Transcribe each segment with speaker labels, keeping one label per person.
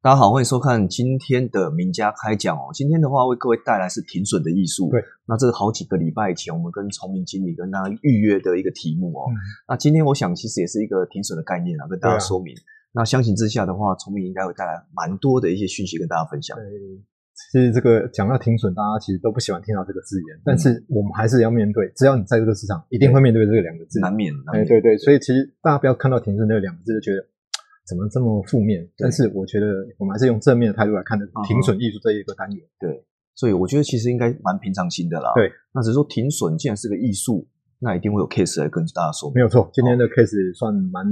Speaker 1: 大家好，欢迎收看今天的名家开讲哦。今天的话，为各位带来是停损的艺术。
Speaker 2: 对，
Speaker 1: 那这是好几个礼拜以前我们跟崇明经理跟大家预约的一个题目哦。
Speaker 2: 嗯
Speaker 1: 那今天我想其实也是一个停损的概念啊，跟大家
Speaker 2: 对啊
Speaker 1: 说明。那相形之下的话，崇明应该会带来蛮多的一些讯息跟大家分享。
Speaker 2: 其实这个讲到停损，大家其实都不喜欢听到这个字眼，但是我们还是要面对。只要你在这个市场，一定会面对这个两个字。
Speaker 1: 难免，难
Speaker 2: 哎，
Speaker 1: 免
Speaker 2: 对对，所以其实大家不要看到停损这两个字就觉得嘖怎么这么负面，但是我觉得我们还是用正面的态度来看这个
Speaker 1: 嗯哼
Speaker 2: 停损艺术这一个单元。
Speaker 1: 所以我觉得其实应该蛮平常心的啦。
Speaker 2: 对，
Speaker 1: 那只是说停损既然是个艺术，那一定会有 case 来跟大家说明。
Speaker 2: 没有错，今天的 case 算蛮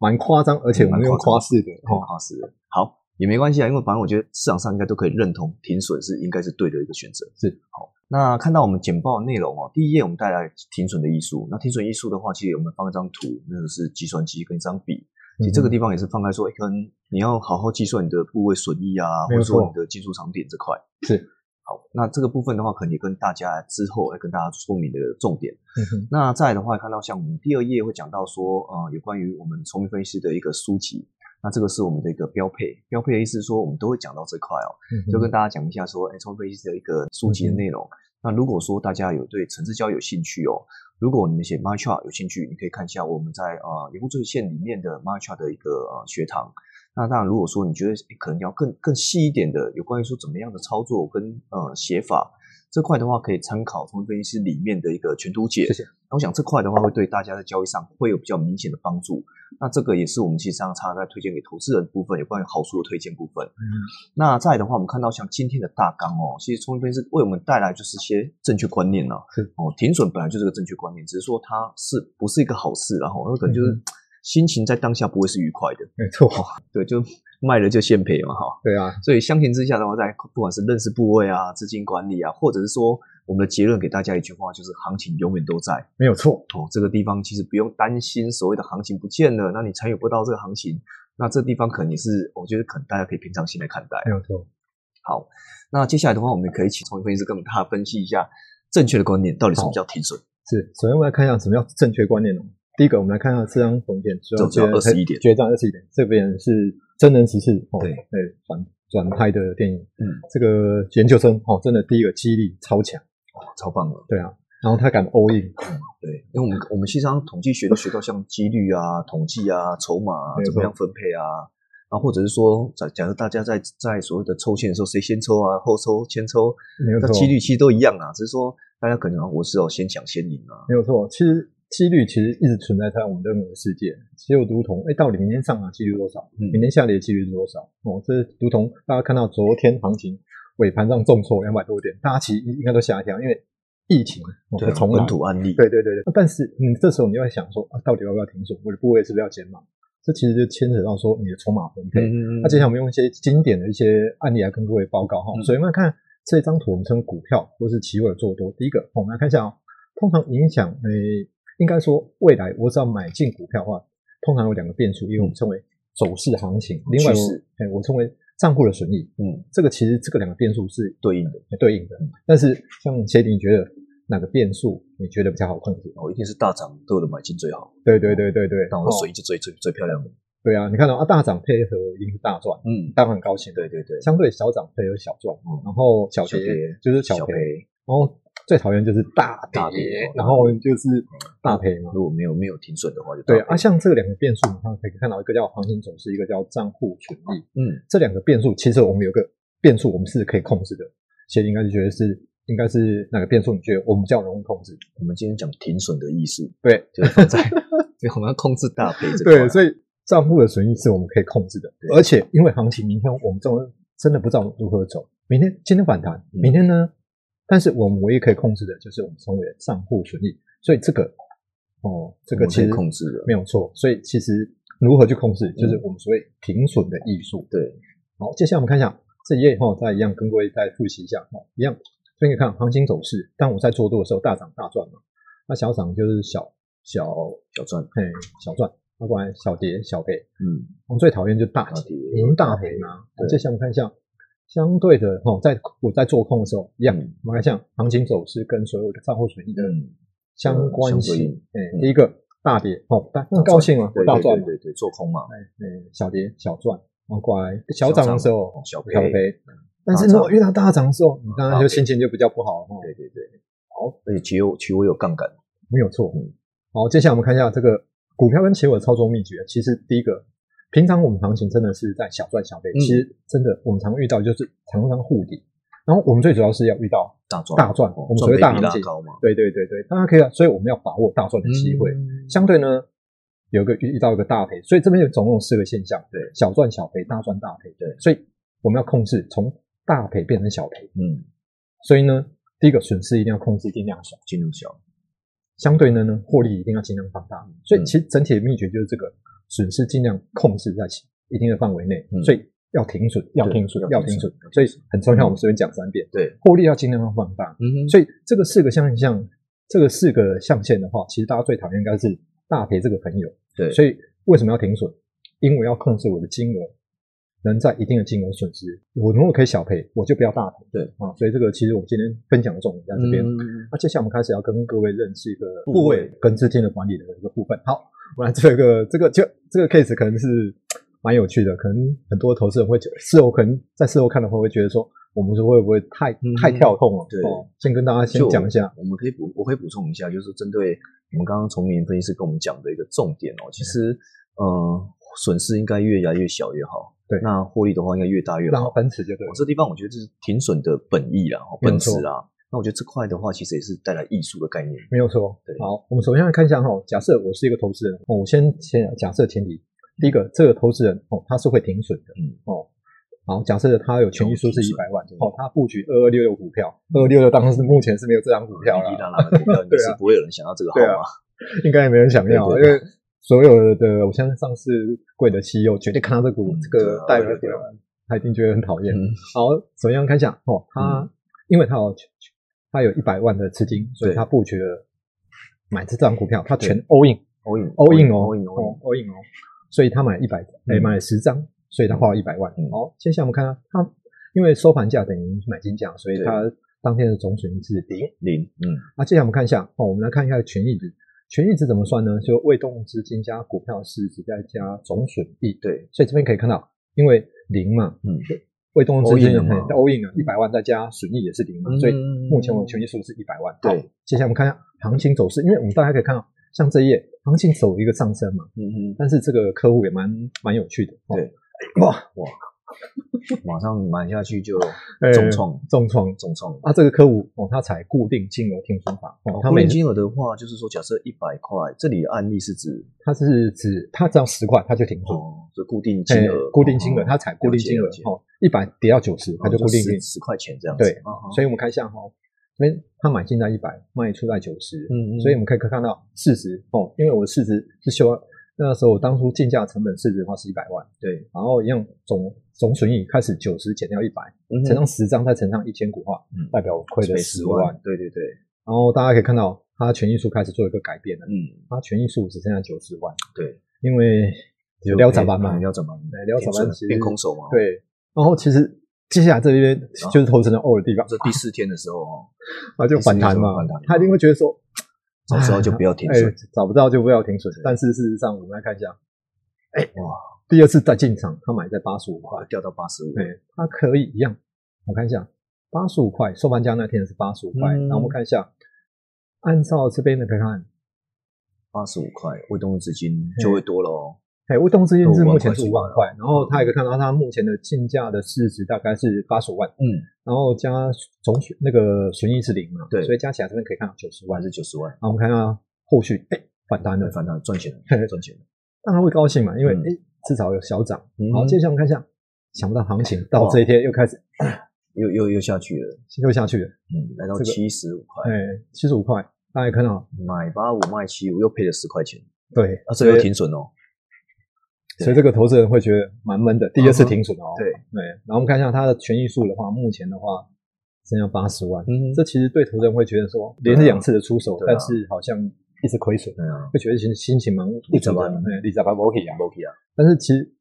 Speaker 2: 蛮夸张，而且我们用夸饰的
Speaker 1: 好
Speaker 2: 哦。
Speaker 1: 好是的好也没关系啊，因为反正我觉得市场上应该都可以认同停损是应该是对的一个选择。
Speaker 2: 是
Speaker 1: 好，那看到我们简报的内容哦，第一页我们带来停损的艺术。那停损艺术的话，其实我们放了张图，那个是计算机跟一张笔。其实这
Speaker 2: 嗯
Speaker 1: 个地方也是放开说，诶可能你要好好计算你的部位损益啊，或
Speaker 2: 没有
Speaker 1: 者说
Speaker 2: 错
Speaker 1: 你的技术长点这块。
Speaker 2: 是
Speaker 1: 好，那这个部分的话，可能也跟大家之后来跟大家说明的重点。
Speaker 2: 嗯哼
Speaker 1: 那再来的话，看到像我们第二页会讲到说，呃，有关于我们聪明分析的一个书籍，那这个是我们的一个标配。标配的意思是说，我们都会讲到这块哦，
Speaker 2: 嗯哼
Speaker 1: 就跟大家讲一下说，哎，聪明分析的一个书籍的内容。那如果说大家有对城市交易有兴趣哦，如果你们写 m y c h a r 有兴趣，你可以看一下我们在呃有步最线里面的 m y c h a r 的一个呃学堂。那当然，如果说你觉得诶可能要更更细一点的，有关于说怎么样的操作跟呃写法这块的话，可以参考从分析师里面的一个全图解。
Speaker 2: 谢谢
Speaker 1: 那我想这块的话，会对大家在交易上会有比较明显的帮助。那这个也是我们其实上常常在推荐给投资人的部分，有关于好书的推荐部分。
Speaker 2: 嗯
Speaker 1: 那再来的话，我们看到像今天的大纲哦，其实充分是为我们带来就是一些正确观念呐、
Speaker 2: 是
Speaker 1: 哦，停损本来就是个正确观念，只是说它是不是一个好事、然后那可能就是
Speaker 2: 嗯
Speaker 1: 心情在当下不会是愉快的，
Speaker 2: 没错，
Speaker 1: 对，就卖了就现赔嘛哈。
Speaker 2: 对啊，
Speaker 1: 所以相形之下的话，在不管是认识部位啊、资金管理啊，或者是说我们的结论给大家一句话，就是行情永远都在。
Speaker 2: 没有错，
Speaker 1: 哦，这个地方其实不用担心所谓的行情不见了，那你参与不到这个行情，那这地方可能也是我觉得可能大家可以平常心来看待。
Speaker 2: 没有错。
Speaker 1: 好，那接下来的话，我们可以请从分析师跟我们大家分析一下正确的观念到底什么叫停损。
Speaker 2: 是，首先我们来看一下什么叫正确观念哦。第一个，我们来看一下这张红点，主
Speaker 1: 就只有21点
Speaker 2: 决战二十一点，这边是真人实事哦，
Speaker 1: 对
Speaker 2: 对，转转拍的电影，
Speaker 1: 嗯，
Speaker 2: 这个研究生哦，真的第一个记忆力超强，
Speaker 1: 哇，超棒了！
Speaker 2: 对啊，然后他敢 all in，
Speaker 1: 对，因为我们我们其实上统计学都学到像几率啊、统计啊、筹码啊
Speaker 2: 没
Speaker 1: 怎么
Speaker 2: 错
Speaker 1: 样分配啊，然后或者是说，假假如大家在在所谓的抽签的时候，谁先抽啊，后抽、先抽，
Speaker 2: 没有
Speaker 1: 那
Speaker 2: 错，
Speaker 1: 几率其实都一样啊，只是说大家可能啊我是哦先抢先赢啊，
Speaker 2: 没有错。其实几率其实一直存在在我们任何世界，其实有如同哎，到底明天上涨几率多少，
Speaker 1: 嗯
Speaker 2: 明天下跌的几率是多少哦，这如同大家看到昨天行情尾盘上重挫两百多点，大家其实应该都吓一跳，因为疫情哦
Speaker 1: 对啊，
Speaker 2: 重来
Speaker 1: 本土案例，
Speaker 2: 对对对对，但是你这时候你就会想说啊，到底要不要停损？我的部位是不是要减码？这其实就牵扯到说你的筹码分配。
Speaker 1: 嗯，嗯嗯
Speaker 2: 那、接下来我们用一些经典的一些案例来跟各位报告哈。
Speaker 1: 嗯
Speaker 2: 所以我们来看这张图，我们称股票或是期货的做多。第一个，我们来看一下哦，通常影响诶、应该说未来我只要买进股票的话，通常有两个变数，因为我们称为走势行情，另外
Speaker 1: 嗯趋
Speaker 2: 我
Speaker 1: 势
Speaker 2: 诶、我称为账户的损益。
Speaker 1: 嗯，
Speaker 2: 这个其实这个两个变数是
Speaker 1: 对应的
Speaker 2: 对应的，但是像鞋底，你觉得哪个变数你觉得比较好控制？
Speaker 1: 哦，一定是大涨对我的买进最好，
Speaker 2: 对对对对对，
Speaker 1: 但我的
Speaker 2: 哦
Speaker 1: 水就最最最漂亮的，
Speaker 2: 对啊，你看到、啊大涨配合一定是大赚，
Speaker 1: 嗯，
Speaker 2: 当然很高兴。
Speaker 1: 对，对对，
Speaker 2: 相对小涨配合小赚，
Speaker 1: 嗯
Speaker 2: 然后小跌
Speaker 1: 小跌
Speaker 2: 就是小赔，然后最讨厌就是大跌，
Speaker 1: 大跌
Speaker 2: 然后就是大赔嘛。
Speaker 1: 如果没有没有停损的话就大
Speaker 2: 对
Speaker 1: 赔
Speaker 2: 啊，像这两个变数，你看可以看到一个叫行情走势，一个叫账户存益。
Speaker 1: 嗯，
Speaker 2: 这两个变数，其实我们有个变数我们是可以控制的，其实应该是觉得是应该是哪个变数你觉得我们比较容易控制？
Speaker 1: 我们今天讲停损的艺术，
Speaker 2: 对，
Speaker 1: 就是放 在对我们要控制大赔这啊
Speaker 2: 对，
Speaker 1: 以
Speaker 2: 所以账户的损益是我们可以控制的，
Speaker 1: 对
Speaker 2: 而且因为行情明天我们真的真的不知道如何走，明天今天反弹，
Speaker 1: 嗯
Speaker 2: 明天呢？但是我们唯一可以控制的就是我们称为账户损益，所以这个哦，这个其
Speaker 1: 可以
Speaker 2: 实
Speaker 1: 控制的，
Speaker 2: 没有错，所以其实如何去控制，就是我们所谓停损的艺术。
Speaker 1: 对，
Speaker 2: 好，接下来我们看一下这一页哈，再一样跟各位再复习一下哈，一样，所以你看行情走势，当我在做多的时候大涨大赚嘛，那小涨就是小小
Speaker 1: 小赚，
Speaker 2: 嘿，小赚，那不然小跌小赔。
Speaker 1: 嗯，
Speaker 2: 我们最讨厌就大
Speaker 1: 大
Speaker 2: 跌，
Speaker 1: 跌
Speaker 2: 赢大赔嘛
Speaker 1: 对。
Speaker 2: 接下来我们看一下，相对的哈、哦，在我在做空的时候一样，
Speaker 1: 嗯
Speaker 2: 我们看一下行情走势跟所有的账户损益的
Speaker 1: 嗯
Speaker 2: 相关
Speaker 1: 相对
Speaker 2: 性
Speaker 1: 应。
Speaker 2: 哎、
Speaker 1: 嗯
Speaker 2: 第一个大跌哦，大很高兴啊，哦
Speaker 1: 对
Speaker 2: 大
Speaker 1: 对
Speaker 2: 赚
Speaker 1: 对
Speaker 2: 嘛。
Speaker 1: 对对，做空嘛，
Speaker 2: 哎哎，小跌小赚，往过来小涨的时候
Speaker 1: 小
Speaker 2: 小
Speaker 1: 赔，嗯
Speaker 2: 赔，但是如果遇到大涨的时候，你当然
Speaker 1: 大
Speaker 2: 就
Speaker 1: 赔
Speaker 2: 心情就比较不好了哈。
Speaker 1: 对对对，好，而且其实我其实我有杠杆，
Speaker 2: 没有错
Speaker 1: 嗯。
Speaker 2: 好，接下来我们看一下这个股票跟期货的操作秘诀。其实第一个，平常我们行情真的是在小赚小赔，
Speaker 1: 嗯
Speaker 2: 其实真的我们常遇到就是常常护底，然后我们最主要是要遇到，
Speaker 1: 大赚
Speaker 2: 大赚
Speaker 1: 哦
Speaker 2: 我们所
Speaker 1: 赚
Speaker 2: 谓
Speaker 1: 倍
Speaker 2: 大
Speaker 1: 比
Speaker 2: 行
Speaker 1: 拉
Speaker 2: 情
Speaker 1: 高嘛，
Speaker 2: 对对对对，大家可以啊，所以我们要把握大赚的机会。
Speaker 1: 嗯
Speaker 2: 相对呢，有一个遇到一个大赔，所以这边有总共有四个现象，
Speaker 1: 对
Speaker 2: 小赚小赔，大赚大赔，
Speaker 1: 对
Speaker 2: 所以我们要控制从大赔变成小赔，
Speaker 1: 嗯，
Speaker 2: 所以呢，第一个损失一定要控制，尽量小。
Speaker 1: 尽量小，
Speaker 2: 相对呢呢，获利一定要尽量放
Speaker 1: 嗯
Speaker 2: 大。所以其实整体的秘诀就是这个损失尽量控制在一定的范围内，
Speaker 1: 嗯
Speaker 2: 所以要停损，要停损，
Speaker 1: 对要
Speaker 2: 要停
Speaker 1: 停损
Speaker 2: 损。所以很重
Speaker 1: 嗯
Speaker 2: 要，我们随便讲三遍，
Speaker 1: 对，
Speaker 2: 获利要尽量放大。
Speaker 1: 嗯
Speaker 2: 所以这个四个象限，这个四个象限的话，其实大家最讨厌应该是大赔这个朋友。
Speaker 1: 对，
Speaker 2: 所以为什么要停损？因为我要控制我的金额能在一定的金额损失。我如果可以小赔，我就不要大赔。
Speaker 1: 对
Speaker 2: 啊，所以这个其实我们今天分享的重点在这边。
Speaker 1: 嗯
Speaker 2: 那接下来我们开始要跟各位认识一个
Speaker 1: 部位
Speaker 2: 跟资金的管理的一个部分。好，我来这个这个就这个 case 可能是蛮有趣的，可能很多投资人会觉得事后可能在事后看的话会觉得说，我们是会不会太、
Speaker 1: 嗯
Speaker 2: 太跳痛了？
Speaker 1: 对
Speaker 2: 哦，先跟大家先
Speaker 1: 就
Speaker 2: 讲一下，
Speaker 1: 我们可以补，我可以补充一下，就是针对我们刚刚从明分析师跟我们讲的一个重点哦，其实呃，损失应该越来越小越好，
Speaker 2: 对
Speaker 1: 那获利的话应该越大越
Speaker 2: 让它
Speaker 1: 好。
Speaker 2: 奔驰就对
Speaker 1: 我
Speaker 2: 了。
Speaker 1: 这地方我觉得这是停损的本意啦，哦
Speaker 2: 没有
Speaker 1: 本
Speaker 2: 错
Speaker 1: 质啦。那我觉得这块的话，其实也是带来艺术的概念。
Speaker 2: 没有错
Speaker 1: 对。
Speaker 2: 好，我们首先来看一下哈，假设我是一个投资人，哦我先先假设前提，第一个这个投资人哦，他是会停损的，
Speaker 1: 嗯，
Speaker 2: 哦。好，假设他有权益数是一
Speaker 1: 停
Speaker 2: 百
Speaker 1: 损
Speaker 2: 万
Speaker 1: 对，
Speaker 2: 哦，他布局二二六六股票，二二六六当然是目前是没有这张股票
Speaker 1: 滴滴
Speaker 2: 啦，
Speaker 1: 答答的股票，应该
Speaker 2: 对
Speaker 1: 是
Speaker 2: 啊
Speaker 1: 不会有人想要这个号
Speaker 2: 对啊
Speaker 1: 码。
Speaker 2: 应该也没人想要啊，
Speaker 1: 对
Speaker 2: 因
Speaker 1: 对
Speaker 2: 为所有的我相信上市贵的 E CEO 绝对看到这股
Speaker 1: 嗯
Speaker 2: 这个代表
Speaker 1: 对啊对
Speaker 2: 表
Speaker 1: 啊，
Speaker 2: 他一定觉得很讨厌。
Speaker 1: 嗯
Speaker 2: 好，首先要看一下哦，他因为他有他有一百万的资金，所以
Speaker 1: 对
Speaker 2: 他布局了买这张股票，他全 all in。
Speaker 1: ，all in
Speaker 2: all in 哦
Speaker 1: all in all in，
Speaker 2: all in 哦，所以他买一百，哎，
Speaker 1: 嗯
Speaker 2: 买了十张，所以他花了一百万
Speaker 1: 嗯。
Speaker 2: 好，接下来我们看他，他因为收盘价等于买进价，所以
Speaker 1: 对
Speaker 2: 他当天的总损益是零。
Speaker 1: 零，嗯，
Speaker 2: 那接下来我们看一下，哦，我们来看一下权益值，权益值怎么算呢？就未动资金加股票市值再加总损益，
Speaker 1: 对，
Speaker 2: 所以这边可以看到，因为零嘛，
Speaker 1: 嗯，
Speaker 2: 未动资金哎
Speaker 1: all in 嘛嗯
Speaker 2: all in 一百万再加损益也是零嘛，所以目前我的权益数是一百万。
Speaker 1: 对
Speaker 2: 好，接下来我们看一下行情走势，因为我们大家可以看到，像这一页行情走一个上升嘛。
Speaker 1: 嗯嗯，
Speaker 2: 但是这个客户也蛮蛮有趣的，哦
Speaker 1: 对，
Speaker 2: 哇，
Speaker 1: 马上买下去就
Speaker 2: 哎
Speaker 1: 重创
Speaker 2: 重创
Speaker 1: 重创。
Speaker 2: 啊！这个客户哦，他采固定金额停损法哦，他
Speaker 1: 固
Speaker 2: 每
Speaker 1: 定金额的话，就是说，假设一百块，这里的案例是指
Speaker 2: 他是指他只要十块他就停损，
Speaker 1: 哦，就固定金
Speaker 2: 哎
Speaker 1: 额，
Speaker 2: 固定金额
Speaker 1: 哦
Speaker 2: 他采固定金额
Speaker 1: 了解了解
Speaker 2: 哦，一百跌到九十他就固定
Speaker 1: 哦十
Speaker 2: 金，
Speaker 1: 十块钱这样子。
Speaker 2: 对
Speaker 1: 啊哈
Speaker 2: 所以我们看一下哈，那他买进在一百，卖出在九十，
Speaker 1: 嗯嗯
Speaker 2: 所以我们可以看到市值哦，因为我的市值是修那时候我当初竞价成本市值的话是一百万，
Speaker 1: 对，
Speaker 2: 然后一样总总损益开始九十减掉一百，
Speaker 1: 嗯
Speaker 2: 乘上十张再乘上一千股的话，
Speaker 1: 嗯
Speaker 2: 代表我亏了十
Speaker 1: 十
Speaker 2: 万。
Speaker 1: 万，对对对，
Speaker 2: 然后大家可以看到，它权益数开始做一个改变了，
Speaker 1: 嗯，
Speaker 2: 它权益数只剩下九十万，
Speaker 1: 对，
Speaker 2: 因为撩早班嘛
Speaker 1: 嗯，撩早班
Speaker 2: 对，撩早
Speaker 1: 停
Speaker 2: 班
Speaker 1: 损
Speaker 2: 其实
Speaker 1: 变空手嘛。，
Speaker 2: 对。然后其实接下来这边就是投资人呕的地方，
Speaker 1: 啊这第四天的时候 哦，
Speaker 2: 然后就反弹嘛
Speaker 1: 反弹，
Speaker 2: 他一定会觉得说，
Speaker 1: 早知道就不要停损
Speaker 2: 哎。找不到就不要停损
Speaker 1: 对。
Speaker 2: 但是事实上，我们来看一下，哎
Speaker 1: 哇，
Speaker 2: 第二次再进场，他买在八十五块
Speaker 1: 哇，，掉到八十五，
Speaker 2: 对，它可以一样。我看一下，八十五块，收盘价那天是八十五块。
Speaker 1: 嗯
Speaker 2: 然后我们看一下，按照这边的看，
Speaker 1: 八十五块，未动用资金就会多了哦。
Speaker 2: 哎，乌东资金是
Speaker 1: 都五万
Speaker 2: 目前是
Speaker 1: 块
Speaker 2: 五
Speaker 1: 出
Speaker 2: 万
Speaker 1: 来了嗯
Speaker 2: 块，然后它也可以看到它目前的竞价的市值大概是八十万，
Speaker 1: 嗯，
Speaker 2: 然后加总损那个损益是零嘛，
Speaker 1: 对
Speaker 2: 所以加起来这边可以看到九十万
Speaker 1: 还。是九十万，
Speaker 2: 然后我们看到后续，哎，反弹了，
Speaker 1: 反正赚钱了
Speaker 2: 嘿，
Speaker 1: 赚钱了。
Speaker 2: 当然会高兴嘛，因为
Speaker 1: 嗯
Speaker 2: 哎至少有小涨。
Speaker 1: 嗯
Speaker 2: 好，接下来我们看一下，想不到行情到这一天又开始
Speaker 1: 又又又下去了，
Speaker 2: 又下去了，
Speaker 1: 嗯，来到
Speaker 2: 这个
Speaker 1: 七十五块
Speaker 2: 哎，，七十五块，大家看到
Speaker 1: 买八五卖七五，又赔了十块钱，
Speaker 2: 对，
Speaker 1: 啊，这又停损哦。对嗯
Speaker 2: 所以这个投资人会觉得蛮闷的。第二次停损哦，
Speaker 1: 对
Speaker 2: 对。然后我们看一下它的权益数的话，目前的话剩下八十万，
Speaker 1: 嗯
Speaker 2: 这其实对投资人会觉得说
Speaker 1: 对啊
Speaker 2: 连着两次的出手，
Speaker 1: 对啊
Speaker 2: 但是好像一直亏损，
Speaker 1: 对啊，
Speaker 2: 会觉得其实心情蛮不怎么
Speaker 1: 你知道吧
Speaker 2: 对，你知道吧？我可以啊。
Speaker 1: o k 啊，
Speaker 2: 但是其实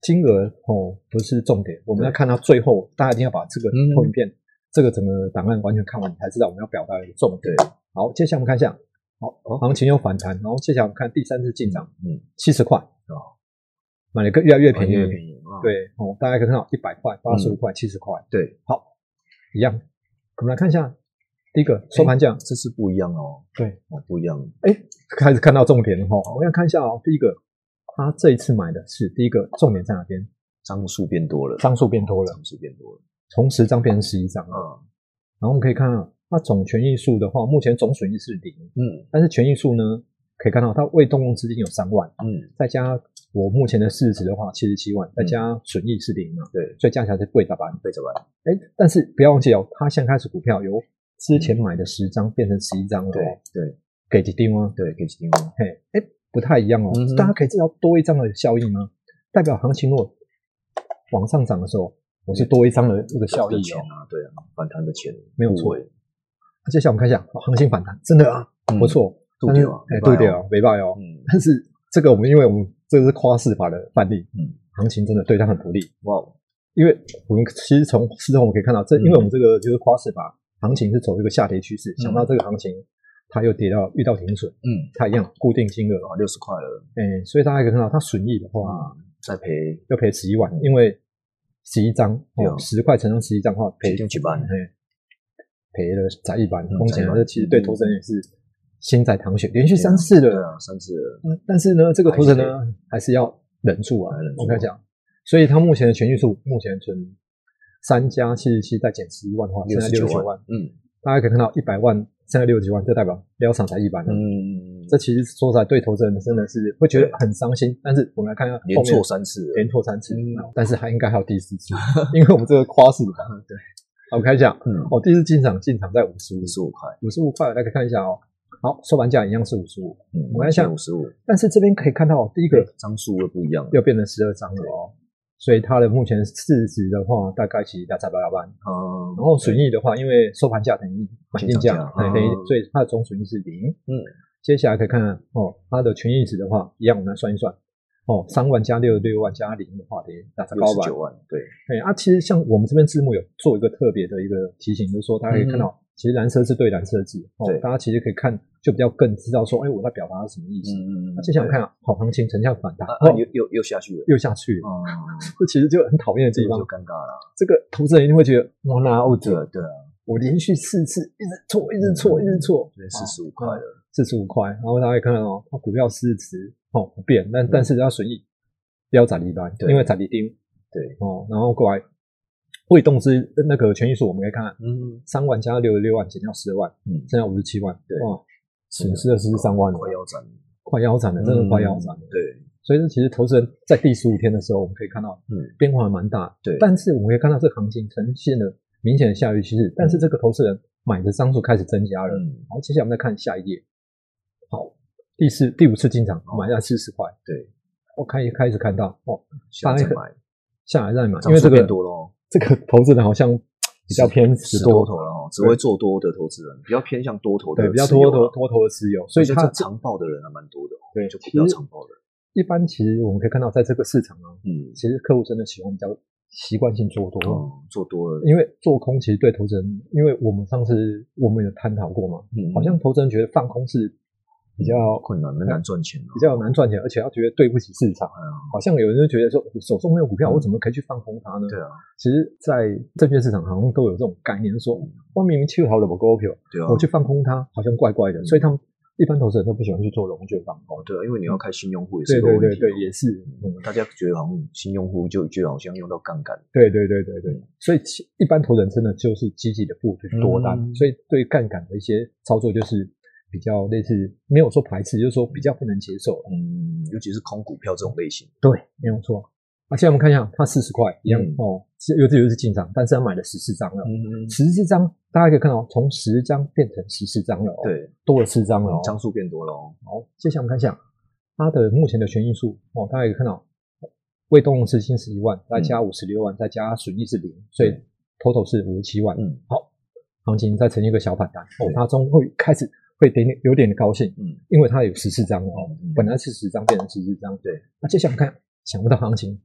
Speaker 2: 金额哦不是重点，我们
Speaker 1: 对
Speaker 2: 要看到最后，大家一定要把这个
Speaker 1: 嗯
Speaker 2: 投影片、这个整个档案完全看完，你才知道我们要表达的重点。
Speaker 1: 对，
Speaker 2: 好，接下来我们看一下，好，
Speaker 1: 哦
Speaker 2: 行情又反弹，然后接下来我们看第三次进场，
Speaker 1: 嗯，
Speaker 2: 七十块
Speaker 1: 哦，
Speaker 2: 买了个越来越便宜，
Speaker 1: 越来越便宜嗯，
Speaker 2: 对哦，大家可以看到一百块、八十五块、七十块
Speaker 1: 对，
Speaker 2: 一样。我们来看一下第一个收盘价，
Speaker 1: 这是不一样哦，
Speaker 2: 对，
Speaker 1: 哦不一样，
Speaker 2: 开始看到重点了哈。我们要看一下哦，第一个他这一次买的是第一个重点在哪边？
Speaker 1: 张数变多了，
Speaker 2: 张数变多了，
Speaker 1: 张数变多了，
Speaker 2: 从十张变成十一张了。
Speaker 1: 嗯
Speaker 2: 然后我们可以看啊，它总权益数的话，目前总损益是零，
Speaker 1: 嗯
Speaker 2: 但是权益数呢，可以看到它未动用资金有三万，
Speaker 1: 嗯，
Speaker 2: 再加我目前的市值的话七十七万，再加损益是零嘛，
Speaker 1: 对，
Speaker 2: 所以加起来是贵大板。
Speaker 1: 对，怎么办？
Speaker 2: 哎，但是不要忘记哦，它现在开始股票由之前买的十张变成十一张了、哦，
Speaker 1: 嗯对对
Speaker 2: 给几定吗？
Speaker 1: 对，可以去听哦，
Speaker 2: 嘿，哎，不太一样哦，
Speaker 1: 嗯哼
Speaker 2: 大家可以知道多一张的效应吗？代表行情如果往上涨的时候，我是多一张的这个效益
Speaker 1: 的
Speaker 2: 哦。
Speaker 1: 钱啊，对啊，反弹的钱
Speaker 2: 没有错
Speaker 1: 部位
Speaker 2: 那接下来我们看一下哦行情反弹，真的啊，
Speaker 1: 嗯
Speaker 2: 不错，
Speaker 1: 对
Speaker 2: 但是
Speaker 1: 对啊
Speaker 2: 哎，
Speaker 1: 没办
Speaker 2: 对
Speaker 1: 法
Speaker 2: 对啊，没办法哦。
Speaker 1: 嗯
Speaker 2: 但是这个我们因为我们这个是夸饰法的范例，
Speaker 1: 嗯，
Speaker 2: 行情真的对它很不利，
Speaker 1: 哇哦，
Speaker 2: 因为我们其实从事后我们可以看到，这
Speaker 1: 嗯
Speaker 2: 因为我们这个就是夸饰法，行情是走一个下跌趋势，
Speaker 1: 嗯
Speaker 2: 想到这个行情它又跌到遇到停损，
Speaker 1: 嗯，
Speaker 2: 它一样固定金额，
Speaker 1: 啊，六十块了，
Speaker 2: 哎，所以大家可以看到它损益的话
Speaker 1: 哇，再赔
Speaker 2: 要赔十一万
Speaker 1: 嗯，
Speaker 2: 因为十一张
Speaker 1: 对啊
Speaker 2: 哦，十块乘上十一张的话赔
Speaker 1: 赔进去吧，
Speaker 2: 嘿，赔了才一般，
Speaker 1: 嗯
Speaker 2: 风险
Speaker 1: 才一
Speaker 2: 还
Speaker 1: 般
Speaker 2: 是其实对投资人也是心在淌血，连续
Speaker 1: 对啊
Speaker 2: 三次
Speaker 1: 对
Speaker 2: 了。
Speaker 1: 啊，三次了，
Speaker 2: 嗯，但是呢，这个投资人呢还是要忍住啊
Speaker 1: 还忍，住啊
Speaker 2: 我跟你讲，所以他目前的权益数目前存三加七十七再减十一万的话，现在六十九万，
Speaker 1: 嗯
Speaker 2: 大家可以看到一百万现在六十九万，这代表撩场才一般啊。
Speaker 1: 嗯，
Speaker 2: 这其实说出来对投资人真的是会觉得很伤心，但是我们来看看后面
Speaker 1: 连错三次了，
Speaker 2: 连错三次
Speaker 1: 嗯，
Speaker 2: 但是还应该还有第四次，因为我们这个夸是吧？ 对，好，我们看一下，
Speaker 1: 嗯，
Speaker 2: 哦，第一次进场进场在五十五
Speaker 1: 五，十五块，
Speaker 2: 五十五块，大家看一下哦。好，收盘价一样是五十五，
Speaker 1: 嗯，
Speaker 2: 我看一下
Speaker 1: 五十五，
Speaker 2: 但是这边可以看到哦第一个
Speaker 1: 张数又不一样了，
Speaker 2: 又变成十二张了哦，所以它的目前市值的话，大概其实在八八班，
Speaker 1: 嗯，
Speaker 2: 然后损益的话，因为收盘价等于买进价
Speaker 1: 进场，价
Speaker 2: 哎等于
Speaker 1: 嗯
Speaker 2: 所以它的总损益是零。
Speaker 1: 嗯，
Speaker 2: 接下来可以看看哦，它的权益值的话，一样我们来算一算。哦，三万加六六万加零的话，等于打在
Speaker 1: 六
Speaker 2: 高
Speaker 1: 十
Speaker 2: 吧？
Speaker 1: 九万，对，
Speaker 2: 哎啊，其实像我们这边字幕有做一个特别的一个提醒，就是说大家可以看到，其实蓝色字对蓝色字，哦
Speaker 1: 嗯对，
Speaker 2: 大家其实可以看就比较更知道说，哎，我在表达什么意思。
Speaker 1: 嗯嗯
Speaker 2: 那接下来我们看啊，好行情成交反弹，
Speaker 1: 啊
Speaker 2: 哦
Speaker 1: 啊，又又又下去了，
Speaker 2: 又下去了，
Speaker 1: 哦，
Speaker 2: 这其实就很讨厌的
Speaker 1: 这
Speaker 2: 地
Speaker 1: 个
Speaker 2: 方
Speaker 1: 就。尴尬了，
Speaker 2: 这个投资人一定会觉得，哇，那我
Speaker 1: 对啊对啊，
Speaker 2: 我连续四次一直错，一直错，
Speaker 1: 嗯
Speaker 2: 一直错，哦
Speaker 1: 对，四十五块了，
Speaker 2: 四十五块，然后大家可以看到哦，它股票市值哦不变，但但是它损益要涨一半，
Speaker 1: 对
Speaker 2: 因为涨一丁
Speaker 1: 对，
Speaker 2: 哦，然后过来未动之那个权益数，我们可以看看。
Speaker 1: 嗯，
Speaker 2: 三万加六十六万减掉十万，
Speaker 1: 嗯
Speaker 2: 剩下五十七万，
Speaker 1: 对
Speaker 2: 哇，损失了十三万了，
Speaker 1: 快腰斩了，
Speaker 2: 快腰斩了，真的快腰斩了。
Speaker 1: 嗯对，
Speaker 2: 所以这其实投资人在第十五天的时候，我们可以看到，
Speaker 1: 嗯，
Speaker 2: 变化还蛮大，
Speaker 1: 对
Speaker 2: 但是我们可以看到这个行情呈现了明显的下跌趋势，但是这个投资人买的张数开始增加了。
Speaker 1: 嗯，
Speaker 2: 好，接下来我们再看下一页。好，第四、第五次进场买下四十块，
Speaker 1: 对，
Speaker 2: 我开开始看到哦，
Speaker 1: 下次
Speaker 2: 大概
Speaker 1: 买，
Speaker 2: 下来再买，因
Speaker 1: 张
Speaker 2: 为
Speaker 1: 数
Speaker 2: 这个
Speaker 1: 变多了哦。
Speaker 2: 这个投资人好像比较偏
Speaker 1: 是
Speaker 2: 死
Speaker 1: 多
Speaker 2: 多
Speaker 1: 头
Speaker 2: 头，
Speaker 1: 了哦，只会做多的投资人，比较偏向多头的持
Speaker 2: 对，
Speaker 1: 有啊，
Speaker 2: 比较多头多头的持有，所以他
Speaker 1: 这长报的人还蛮多的哦，
Speaker 2: 对
Speaker 1: 就股
Speaker 2: 其实
Speaker 1: 票长报的人，
Speaker 2: 一般其实我们可以看到，在这个市场啊，
Speaker 1: 嗯，
Speaker 2: 其实客户真的喜欢比较习惯性做多，
Speaker 1: 哦，做多了，
Speaker 2: 因为做空其实对投资人，因为我们上次我们有探讨过嘛，
Speaker 1: 嗯
Speaker 2: 好像投资人觉得放空是比较
Speaker 1: 困难，很难赚钱哦，
Speaker 2: 比较难赚钱，而且他觉得对不起市场。啊
Speaker 1: 哎呀，
Speaker 2: 好像有人就觉得说，我手中没有股
Speaker 1: 嗯
Speaker 2: 票，我怎么可以去放空它呢？
Speaker 1: 对啊，
Speaker 2: 其实，在证券市场好像都有这种概念，就是说
Speaker 1: 嗯
Speaker 2: 我明明持有好的股票，
Speaker 1: 对啊，
Speaker 2: 我去放空它，好像怪怪的，
Speaker 1: 嗯
Speaker 2: 所以他们一般投资人都不喜欢去做融券放空。
Speaker 1: 对啊，因为你要开新用户也
Speaker 2: 对
Speaker 1: 是个
Speaker 2: 对
Speaker 1: 问
Speaker 2: 对
Speaker 1: 题
Speaker 2: 对，
Speaker 1: 哦，
Speaker 2: 也是，嗯，
Speaker 1: 大家觉得好像新用户就就好像用到杠杆，
Speaker 2: 对对对对
Speaker 1: 嗯
Speaker 2: 对，所以其一般投资人真的就是积极的布局多单，
Speaker 1: 嗯
Speaker 2: 所以对杠杆的一些操作就是比较类似，没有说排斥，就是说比较不能接受。
Speaker 1: 嗯，尤其是空股票这种类型，
Speaker 2: 对，没有错。而且我们看一下，它四十块一样、
Speaker 1: 嗯
Speaker 2: 哦，又这又是进场，但是他买了十四张了，
Speaker 1: 嗯，
Speaker 2: 十四张大家可以看到，哦从十张变成十四张了、哦，，
Speaker 1: 对，
Speaker 2: 多了四张了、哦。
Speaker 1: 张数变多了哦，
Speaker 2: 好，接下来我们看一下它的目前的权益数哦，大家可以看到，未动用资金是一万，
Speaker 1: 嗯
Speaker 2: 再加五十六万，再加损益是零，所以 total 是五十七万。
Speaker 1: 嗯
Speaker 2: 行情再呈现一个小反弹，哦
Speaker 1: 对，
Speaker 2: 它终会开始会点点有点高兴，
Speaker 1: 嗯
Speaker 2: 因为它有十四张哦，
Speaker 1: 嗯，
Speaker 2: 本来是十张变成十四张，
Speaker 1: 对，
Speaker 2: 那接下来看，想不到行情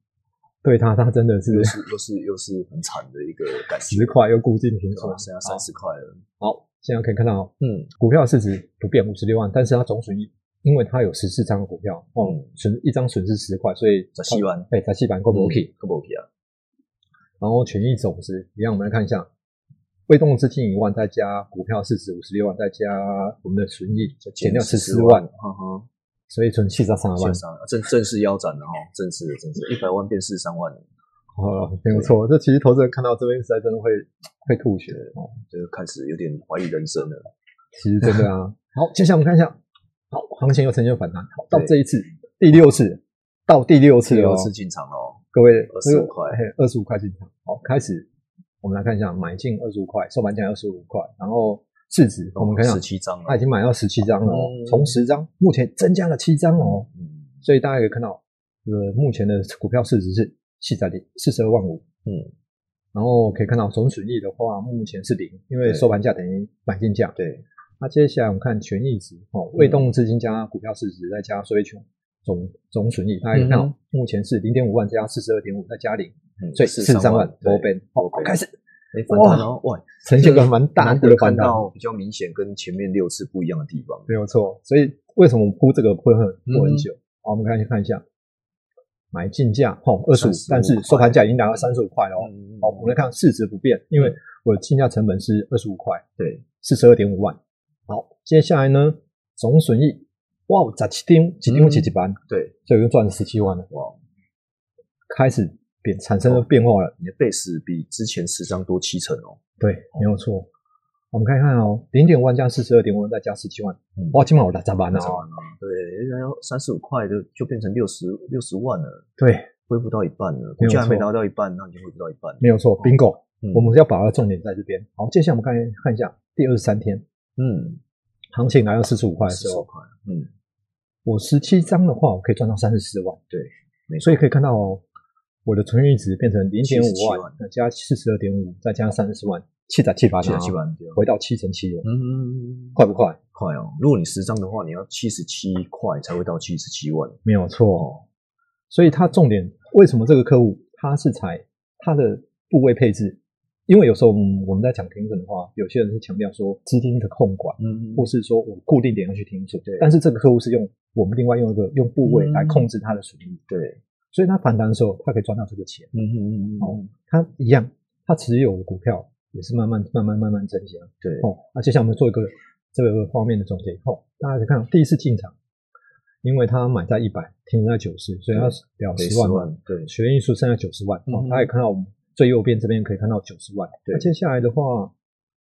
Speaker 2: 对它，它真的是
Speaker 1: 又是又是又是很惨的一个感觉，
Speaker 2: 十块又固定停
Speaker 1: 对
Speaker 2: 损
Speaker 1: 啊，剩下三十块了，
Speaker 2: 好，现在可以看到哦
Speaker 1: 嗯
Speaker 2: 股票市值不变五十六万，但是它总损益因为它有十四张股票，哦
Speaker 1: 嗯，
Speaker 2: 损一张损失十块，所以
Speaker 1: 十四万
Speaker 2: 对，十四万够不够？
Speaker 1: 够不 OK 啊？
Speaker 2: 然后权益总值一样，我们来看一下，被动资金一万，再加股票四十五十六万，再加我们的损益，就减掉十四万，
Speaker 1: 嗯哼，
Speaker 2: 所以存七十三万
Speaker 1: 线。上啊正正式腰斩了哈，正式的正式一百万变四十三万了，
Speaker 2: 哦，没有错，这其实投资人看到这边实在真的会会吐血哦。
Speaker 1: 这个开始有点怀疑人生了。
Speaker 2: 其实真的啊。 好，接下来我们看一下，好，行情又呈现反弹，好，到
Speaker 1: 对
Speaker 2: 这一次第六次，到第六次
Speaker 1: 第
Speaker 2: 了哦
Speaker 1: 二，次进场了哦，
Speaker 2: 各位
Speaker 1: 25块
Speaker 2: 二十五块进场。好，开始我们来看一下，买进二十五块，收盘价二十五块，然后市值我们看一下
Speaker 1: 十，七张
Speaker 2: 它
Speaker 1: 了，
Speaker 2: 已经买到十七张了哦
Speaker 1: 嗯，
Speaker 2: 从十张目前增加了七张哦，
Speaker 1: 嗯
Speaker 2: 所以大家可以看到，呃，目前的股票市值是四十点四十二万五，
Speaker 1: 嗯，
Speaker 2: 然后可以看到总损益的话，目前是零，因为
Speaker 1: 对
Speaker 2: 收盘价等于买进价，
Speaker 1: 对，
Speaker 2: 那接下来我们看权益值哦，未动资金加股票市值再加所有权总总损益，大家可以看
Speaker 1: 嗯
Speaker 2: 到目前是零点五万加四十二点五再加零，
Speaker 1: 嗯
Speaker 2: 所以四十三万多倍。好
Speaker 1: 多倍，
Speaker 2: 开始
Speaker 1: 哎，反弹哦，哇，
Speaker 2: 呈现个蛮大
Speaker 1: 难
Speaker 2: 幅
Speaker 1: 得
Speaker 2: 的反
Speaker 1: 看
Speaker 2: 弹，
Speaker 1: 到比较明显跟前面六次不一样的地方。
Speaker 2: 没有错。所以为什么我们铺这个会很铺很
Speaker 1: 嗯
Speaker 2: 久？好，我们看一下看一下，买进价哦二十五
Speaker 1: 35，
Speaker 2: 但是收盘价已经达到三十五块了哦。
Speaker 1: 嗯
Speaker 2: 好，我们来看市值不变，因为我的进价成本是二十五块，
Speaker 1: 对，
Speaker 2: 四十二点五万。好，接下来呢，总损益哇，十七点几点几几班，
Speaker 1: 对，
Speaker 2: 所以我就赚了十七万了，
Speaker 1: 嗯哇，哦
Speaker 2: 开始变产生了变化了。
Speaker 1: 你的 base 比之前十张多七成哦，
Speaker 2: 对，没有错。我们看看哦，零点万加四十二点万再加十七万哦
Speaker 1: 嗯，
Speaker 2: 哇，今晚我拿咋办呢？
Speaker 1: 完了，对，然后三十五块就就变成六十六十万了，
Speaker 2: 对，
Speaker 1: 恢复到一半了，
Speaker 2: 没
Speaker 1: 股
Speaker 2: 有
Speaker 1: 价还没
Speaker 2: 错
Speaker 1: 达到一半，那已经恢复到一半了。
Speaker 2: 没有错，bingo。
Speaker 1: 嗯
Speaker 2: 我们要把它的重点在这边。好，接下来我们看看一下第二十三天
Speaker 1: 嗯，
Speaker 2: 行情来到四十五块的
Speaker 1: 十
Speaker 2: 时
Speaker 1: 五
Speaker 2: 候，
Speaker 1: 块，嗯，
Speaker 2: 我十七张的话，我可以赚到三十四万。
Speaker 1: 没错
Speaker 2: 所以可以看到哦，我的存余值变成零点五
Speaker 1: 77
Speaker 2: 万
Speaker 1: 万，
Speaker 2: 再加四十二点五，再加三十万，七百七八
Speaker 1: 七十七，万对啊，
Speaker 2: 回到七成七了，
Speaker 1: 嗯，
Speaker 2: 快不快？
Speaker 1: 快哦！如果你十张的话，你要七十七块才会到七十七万。
Speaker 2: 没有错。所以它重点为什么这个客户他是采他的部位配置？因为有时候我们我们在讲停损的话，有些人是强调说资金的控管，
Speaker 1: 嗯
Speaker 2: 或是说我固定点要去停损。
Speaker 1: 对嗯
Speaker 2: 但是这个客户是用我们另外用一个用部位来控制他的损益，
Speaker 1: 对，
Speaker 2: 所以他反弹的时候，他可以赚到这个钱。
Speaker 1: 嗯嗯嗯
Speaker 2: 哦，他一样，他持有的股票也是慢慢慢慢慢慢增加。
Speaker 1: 对，
Speaker 2: 哦，那接下来我们做一个这个方面的总结。哦，大家可以看到第一次进场，因为他买在一百，停在九十，所以他了
Speaker 1: 赔
Speaker 2: 十
Speaker 1: 嗯十
Speaker 2: 万嘛。
Speaker 1: 万，对，
Speaker 2: 学艺术剩下九十万，哦
Speaker 1: 嗯，
Speaker 2: 大家也看到我们最右边这边可以看到九十万。
Speaker 1: 对
Speaker 2: 那接下来的话，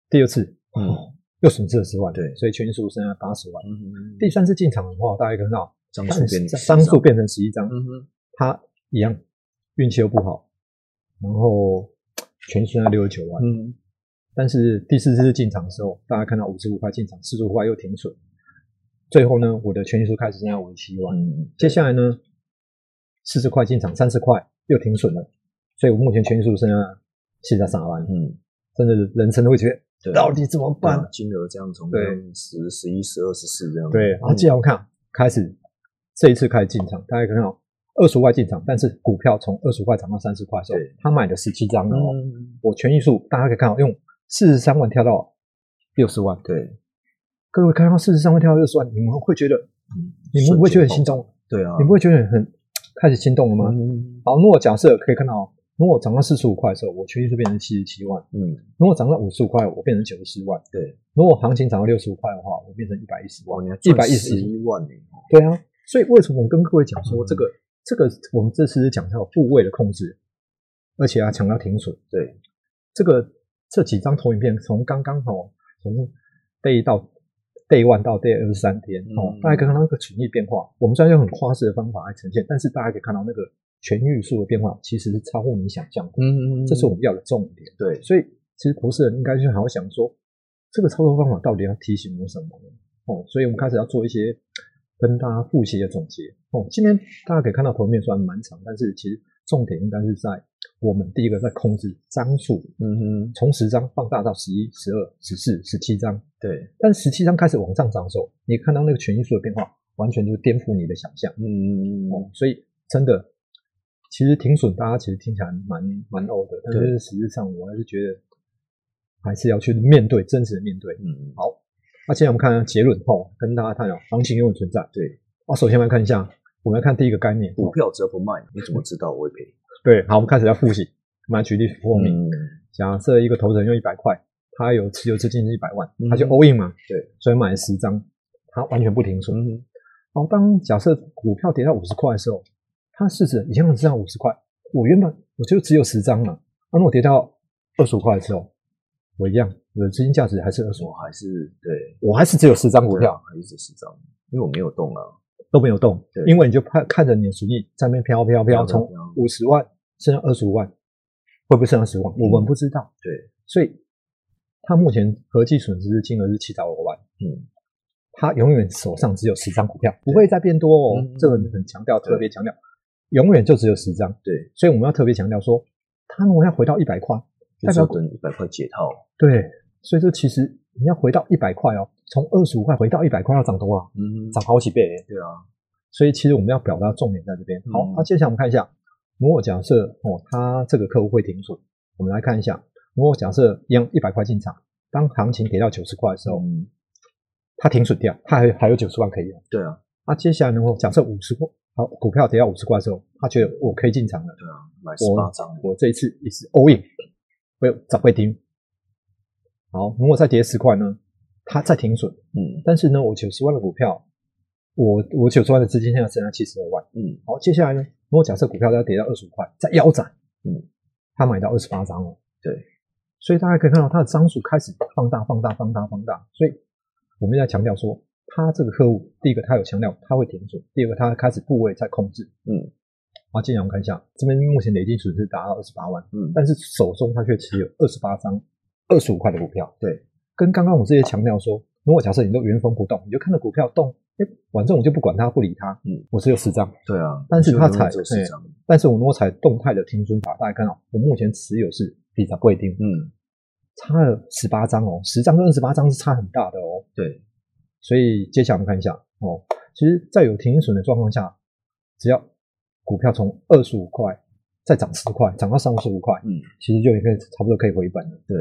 Speaker 2: 第二次，
Speaker 1: 嗯
Speaker 2: 哦，又损失了十万，
Speaker 1: 对
Speaker 2: 所以全数剩下八十万。
Speaker 1: 嗯
Speaker 2: 第三次进场的话，大家可以看到
Speaker 1: 张数变
Speaker 2: 张数，变成十一张，
Speaker 1: 嗯哼，
Speaker 2: 他一样运气又不好，然后全损了六十九万。
Speaker 1: 嗯，
Speaker 2: 啊但是第四次进场的时候，大家看到五十五块进场，四十五块又停损。最后呢，我的权益数开始剩下五十七万。
Speaker 1: 嗯，
Speaker 2: 接下来呢，四十块进场，三十块又停损了，所以我目前权益数剩下七十三万。
Speaker 1: 嗯，
Speaker 2: 真的人生都会觉得嗯
Speaker 1: 对，
Speaker 2: 到底怎么办？
Speaker 1: 把金额这样从
Speaker 2: 对
Speaker 1: 十、十一、十二、十四这样，
Speaker 2: 对，然后
Speaker 1: 嗯
Speaker 2: 接下来我看开始这一次开始进场，大家看到二十块进场，但是股票从二十块涨到三十块的时候
Speaker 1: 对，
Speaker 2: 他买了十七张哦。
Speaker 1: 嗯，
Speaker 2: 我权益数大家可以看到，用四十三万跳到六十万，
Speaker 1: 对，
Speaker 2: 各位看到四十三万跳到六十万，你们会觉得，
Speaker 1: 嗯
Speaker 2: 你们不会觉得很心动？
Speaker 1: 对啊，
Speaker 2: 你不会觉得很开始心动了吗？
Speaker 1: 嗯
Speaker 2: 好，如果假设可以看到，如果涨到四十五块的时候，我权益数变成七十七万；
Speaker 1: 嗯，
Speaker 2: 如果涨到五十五块，我变成九十四万；
Speaker 1: 对，
Speaker 2: 如果行情涨到六十五块的话，我变成一百一十
Speaker 1: 哇，
Speaker 2: 万
Speaker 1: 你还。
Speaker 2: 一百一十
Speaker 1: 十，一万呢，
Speaker 2: 对啊。所以为什么我跟各位讲说
Speaker 1: 嗯
Speaker 2: 这个、这个，我们这次是讲到部位的控制，而且啊强调停损。
Speaker 1: 对，
Speaker 2: 这个这几张投影片从刚刚哦，从 day 到 day one 到 day 二十三天哦，
Speaker 1: 嗯
Speaker 2: 大家可以看到那个权益变化。我们虽然用很花式的方法来呈现，但是大家可以看到那个权益数的变化其实是超乎你想象的，
Speaker 1: 嗯
Speaker 2: 这是我们要的重点。
Speaker 1: 对，
Speaker 2: 所以其实投资人应该去好好想说，这个操作方法到底要提醒我们什么呢？哦，所以我们开始要做一些跟大家复习的总结。哦，今天大家可以看到头面虽然蛮长，但是其实重点应该是在我们第一个在控制张数，
Speaker 1: 嗯哼，
Speaker 2: 从十张放大到十一、十二、十四、十七张。
Speaker 1: 对，
Speaker 2: 但十七张开始往上涨的时候，你看到那个权益数的变化，完全就颠覆你的想象。
Speaker 1: 嗯
Speaker 2: 哦，所以真的，其实停损大家其实听起来蛮蛮 low 的，但是实际上我还是觉得还是要去面对，真实的面对。
Speaker 1: 嗯，
Speaker 2: 好，那现在我们看结论后，跟大家探讨行情永远存在。
Speaker 1: 对，嗯
Speaker 2: 啊，首先我们来看一下，我们来看第一个概念。
Speaker 1: 股票只要不卖，你怎么知道我会赔？
Speaker 2: 对，好，我们开始来复习。我们来举例说明，
Speaker 1: 嗯，
Speaker 2: 假设一个投资人用一百块，他有持有资金是一百万，
Speaker 1: 嗯
Speaker 2: 他就 all in 嘛，
Speaker 1: 对，
Speaker 2: 所以买了十张，他完全不停损。
Speaker 1: 嗯
Speaker 2: 好，当假设股票跌到五十块的时候，它市值一样是到五十块，我原本我就只有十张嘛，那我跌到二十五块的时候，我一样我的资金价值还是二十五
Speaker 1: 我，还是对啊
Speaker 2: 我还是只有十张股票
Speaker 1: 还是十张，因为我没有动啊。
Speaker 2: 都没有动
Speaker 1: 对，
Speaker 2: 因为你就看看着你的主力在那边飘飘
Speaker 1: 飘
Speaker 2: 飘，从
Speaker 1: 飘
Speaker 2: 五十万升到二十五万，会不会升到十万？我们不知道，
Speaker 1: 对，
Speaker 2: 所以他目前合计损失金额是七兆五万，
Speaker 1: 嗯，
Speaker 2: 他永远手上只有十张股票，不会再变多哦
Speaker 1: 嗯嗯。
Speaker 2: 这个很强调，特别强调，永远就只有十张。
Speaker 1: 对，
Speaker 2: 所以我们要特别强调说，他们要回到一百块，
Speaker 1: 就
Speaker 2: 代
Speaker 1: 是
Speaker 2: 表
Speaker 1: 要等一百块解套。
Speaker 2: 对，所以这其实你要回到一百块哦，从二十五块回到一百块要涨多少？
Speaker 1: 嗯，
Speaker 2: 涨好几倍耶。
Speaker 1: 对啊，
Speaker 2: 所以其实我们要表达重点在这边。好
Speaker 1: 嗯，
Speaker 2: 那、接下来我们看一下，如果假设哦，他这个客户会停损，我们来看一下，如果假设一样一百块进场，当行情跌到九十块的时候，
Speaker 1: 嗯，
Speaker 2: 他停损掉，他还还有九十万可以用。
Speaker 1: 对啊，
Speaker 2: 那、接下来呢，假设五十块，好，股票跌到五十块的时候，他觉得我可以进场了，
Speaker 1: 对啊，买十八
Speaker 2: 我
Speaker 1: 张，
Speaker 2: 我这一次也是 all in，会找会停。好，如果再跌十块呢，他再停损，
Speaker 1: 嗯
Speaker 2: 但是呢，我九十万的股票，我我九十万的资金现在剩下七十二万。
Speaker 1: 嗯
Speaker 2: 好，接下来呢，如果假设股票要跌到二十五块，再腰斩，
Speaker 1: 嗯，
Speaker 2: 他买到二十八张哦，
Speaker 1: 对，
Speaker 2: 所以大家可以看到它的张数开始放大、放大、放大、放大，所以我们在强调说，他这个客户，第一个他有强调他会停损，第二个他开始部位在控制，
Speaker 1: 嗯
Speaker 2: 啊，接下来我们看一下，这边目前累计损失达到二十八万，
Speaker 1: 嗯，
Speaker 2: 但是手中他却持有二十八张二十五块的股票。
Speaker 1: 对，
Speaker 2: 跟刚刚我这些强调说，如果假设你都原封不动，你就看着股票动，哎，反正我就不管它，不理它，
Speaker 1: 嗯，
Speaker 2: 我只有十张。
Speaker 1: 对啊，
Speaker 2: 但是
Speaker 1: 就
Speaker 2: 他
Speaker 1: 永远
Speaker 2: 才
Speaker 1: 只有十张，
Speaker 2: 但是我如果采动态的停损法，大家看到我目前持有是比较规定，
Speaker 1: 嗯，
Speaker 2: 差了十八张哦，十张跟二十八张是差很大的哦。
Speaker 1: 对，
Speaker 2: 所以接下来我们看一下哦，其实，在有停损的状况下，只要股票从二十五块再涨十块，涨到三十五块，
Speaker 1: 嗯
Speaker 2: 其实就也可以差不多可以回本了。
Speaker 1: 对，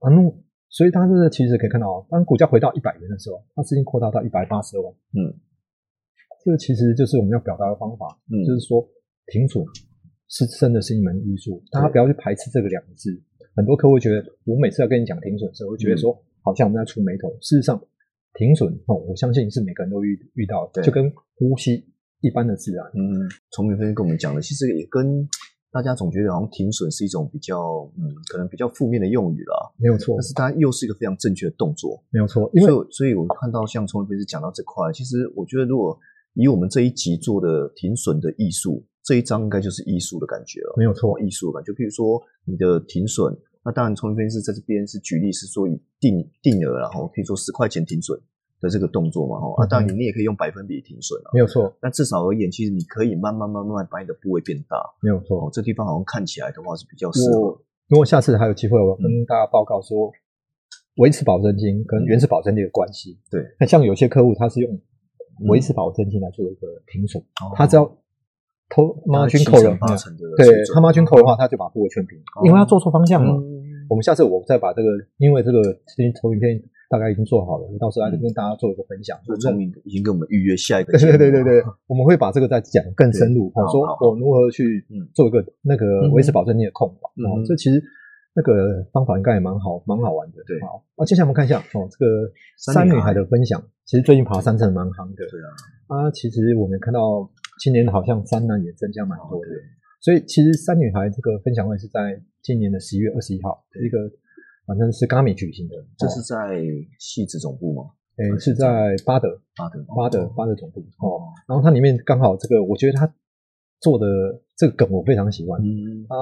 Speaker 2: 啊，那所以它这个其实可以看到哦，当股价回到一百元的时候，它资金扩大到一百八十万。哦
Speaker 1: 嗯
Speaker 2: 这个其实就是我们要表达的方法，
Speaker 1: 嗯，
Speaker 2: 就是说停损是真的是一门艺术，大家不要去排斥这个两个字。很多客户会觉得，我每次要跟你讲停损的时候，我
Speaker 1: 嗯
Speaker 2: 会觉得说、好像我们在出眉头。事实上，停损哦，我相信是每个人都遇遇到的，
Speaker 1: 对
Speaker 2: 就跟呼吸一般的啊自然。
Speaker 1: 嗯，崇明分析跟我们讲的，其实也跟大家总觉得好像停损是一种比较，嗯，可能比较负面的用语啦，
Speaker 2: 没有错
Speaker 1: 但，是它又是一个非常正确的动作。
Speaker 2: 没有错，因为
Speaker 1: 所以我，所以我看到像崇明分析讲到这块，其实我觉得如果以我们这一集做的停损的艺术，这一章应该就是艺术的感觉了。
Speaker 2: 没有错，
Speaker 1: 艺术的感觉，比如说你的停损，那当然从明分析师在这边是举例是说以定定额啦，然后比如说十块钱停损的这个动作嘛，哈、啊，
Speaker 2: 嗯哼
Speaker 1: 当然你也可以用百分比停损啊。
Speaker 2: 没有错，
Speaker 1: 那至少而言，其实你可以慢慢慢慢慢慢把你的部位变大
Speaker 2: 没有错
Speaker 1: 哦。。这地方好像看起来的话是嗯比较适合，
Speaker 2: 我如果下次还有机会，我跟大家报告说，维持保证金跟原始保证金的关系。
Speaker 1: 嗯对，嗯
Speaker 2: 那像有些客户他是用维持保证金来做一个停损，
Speaker 1: 哦
Speaker 2: 他只要投
Speaker 1: 大概
Speaker 2: margin
Speaker 1: 七
Speaker 2: call
Speaker 1: 成八
Speaker 2: 的，
Speaker 1: 啊成的水
Speaker 2: 对
Speaker 1: 准，
Speaker 2: 他 margin call 的话，他就把部位圈平，因为他做错方向了。
Speaker 1: 嗯
Speaker 2: 我们下次我再把这个，因为这个这些投影片大概已经做好了，到时
Speaker 1: 嗯
Speaker 2: 候再跟大家做一个分享。
Speaker 1: 就
Speaker 2: 就是
Speaker 1: 聪明已经跟我们预约下一个
Speaker 2: 对
Speaker 1: 节目
Speaker 2: 对
Speaker 1: 了，
Speaker 2: 对对对，我们会把这个再讲更深入，
Speaker 1: 对
Speaker 2: 哦
Speaker 1: 好
Speaker 2: 说
Speaker 1: 好
Speaker 2: 我如何去
Speaker 1: 嗯
Speaker 2: 做一个那个维持保证金的控管。
Speaker 1: 嗯
Speaker 2: 哦
Speaker 1: 嗯，
Speaker 2: 这其实那个方法应该也蛮好，蛮好玩的。
Speaker 1: 对
Speaker 2: 好，那接下来我们看一下哦，这个
Speaker 1: 三
Speaker 2: 三
Speaker 1: 女
Speaker 2: 女
Speaker 1: 孩
Speaker 2: 孩的分享，其实最近爬山真的蛮夯的。
Speaker 1: 对啊，
Speaker 2: 啊，其实我们看到今年好像山难也增加蛮多的，
Speaker 1: 哦对
Speaker 2: 所以其实三女孩这个分享会是在今年的十一月二十一号，一个反正是 Gami 举行的，
Speaker 1: 这
Speaker 2: 哦
Speaker 1: 是在戏子总部吗？
Speaker 2: 诶是在巴德
Speaker 1: 巴德，
Speaker 2: 巴德
Speaker 1: 哦
Speaker 2: 巴德总部哦，然后它里面刚好这个，我觉得它做的这个梗我非常喜欢。
Speaker 1: 嗯，
Speaker 2: 它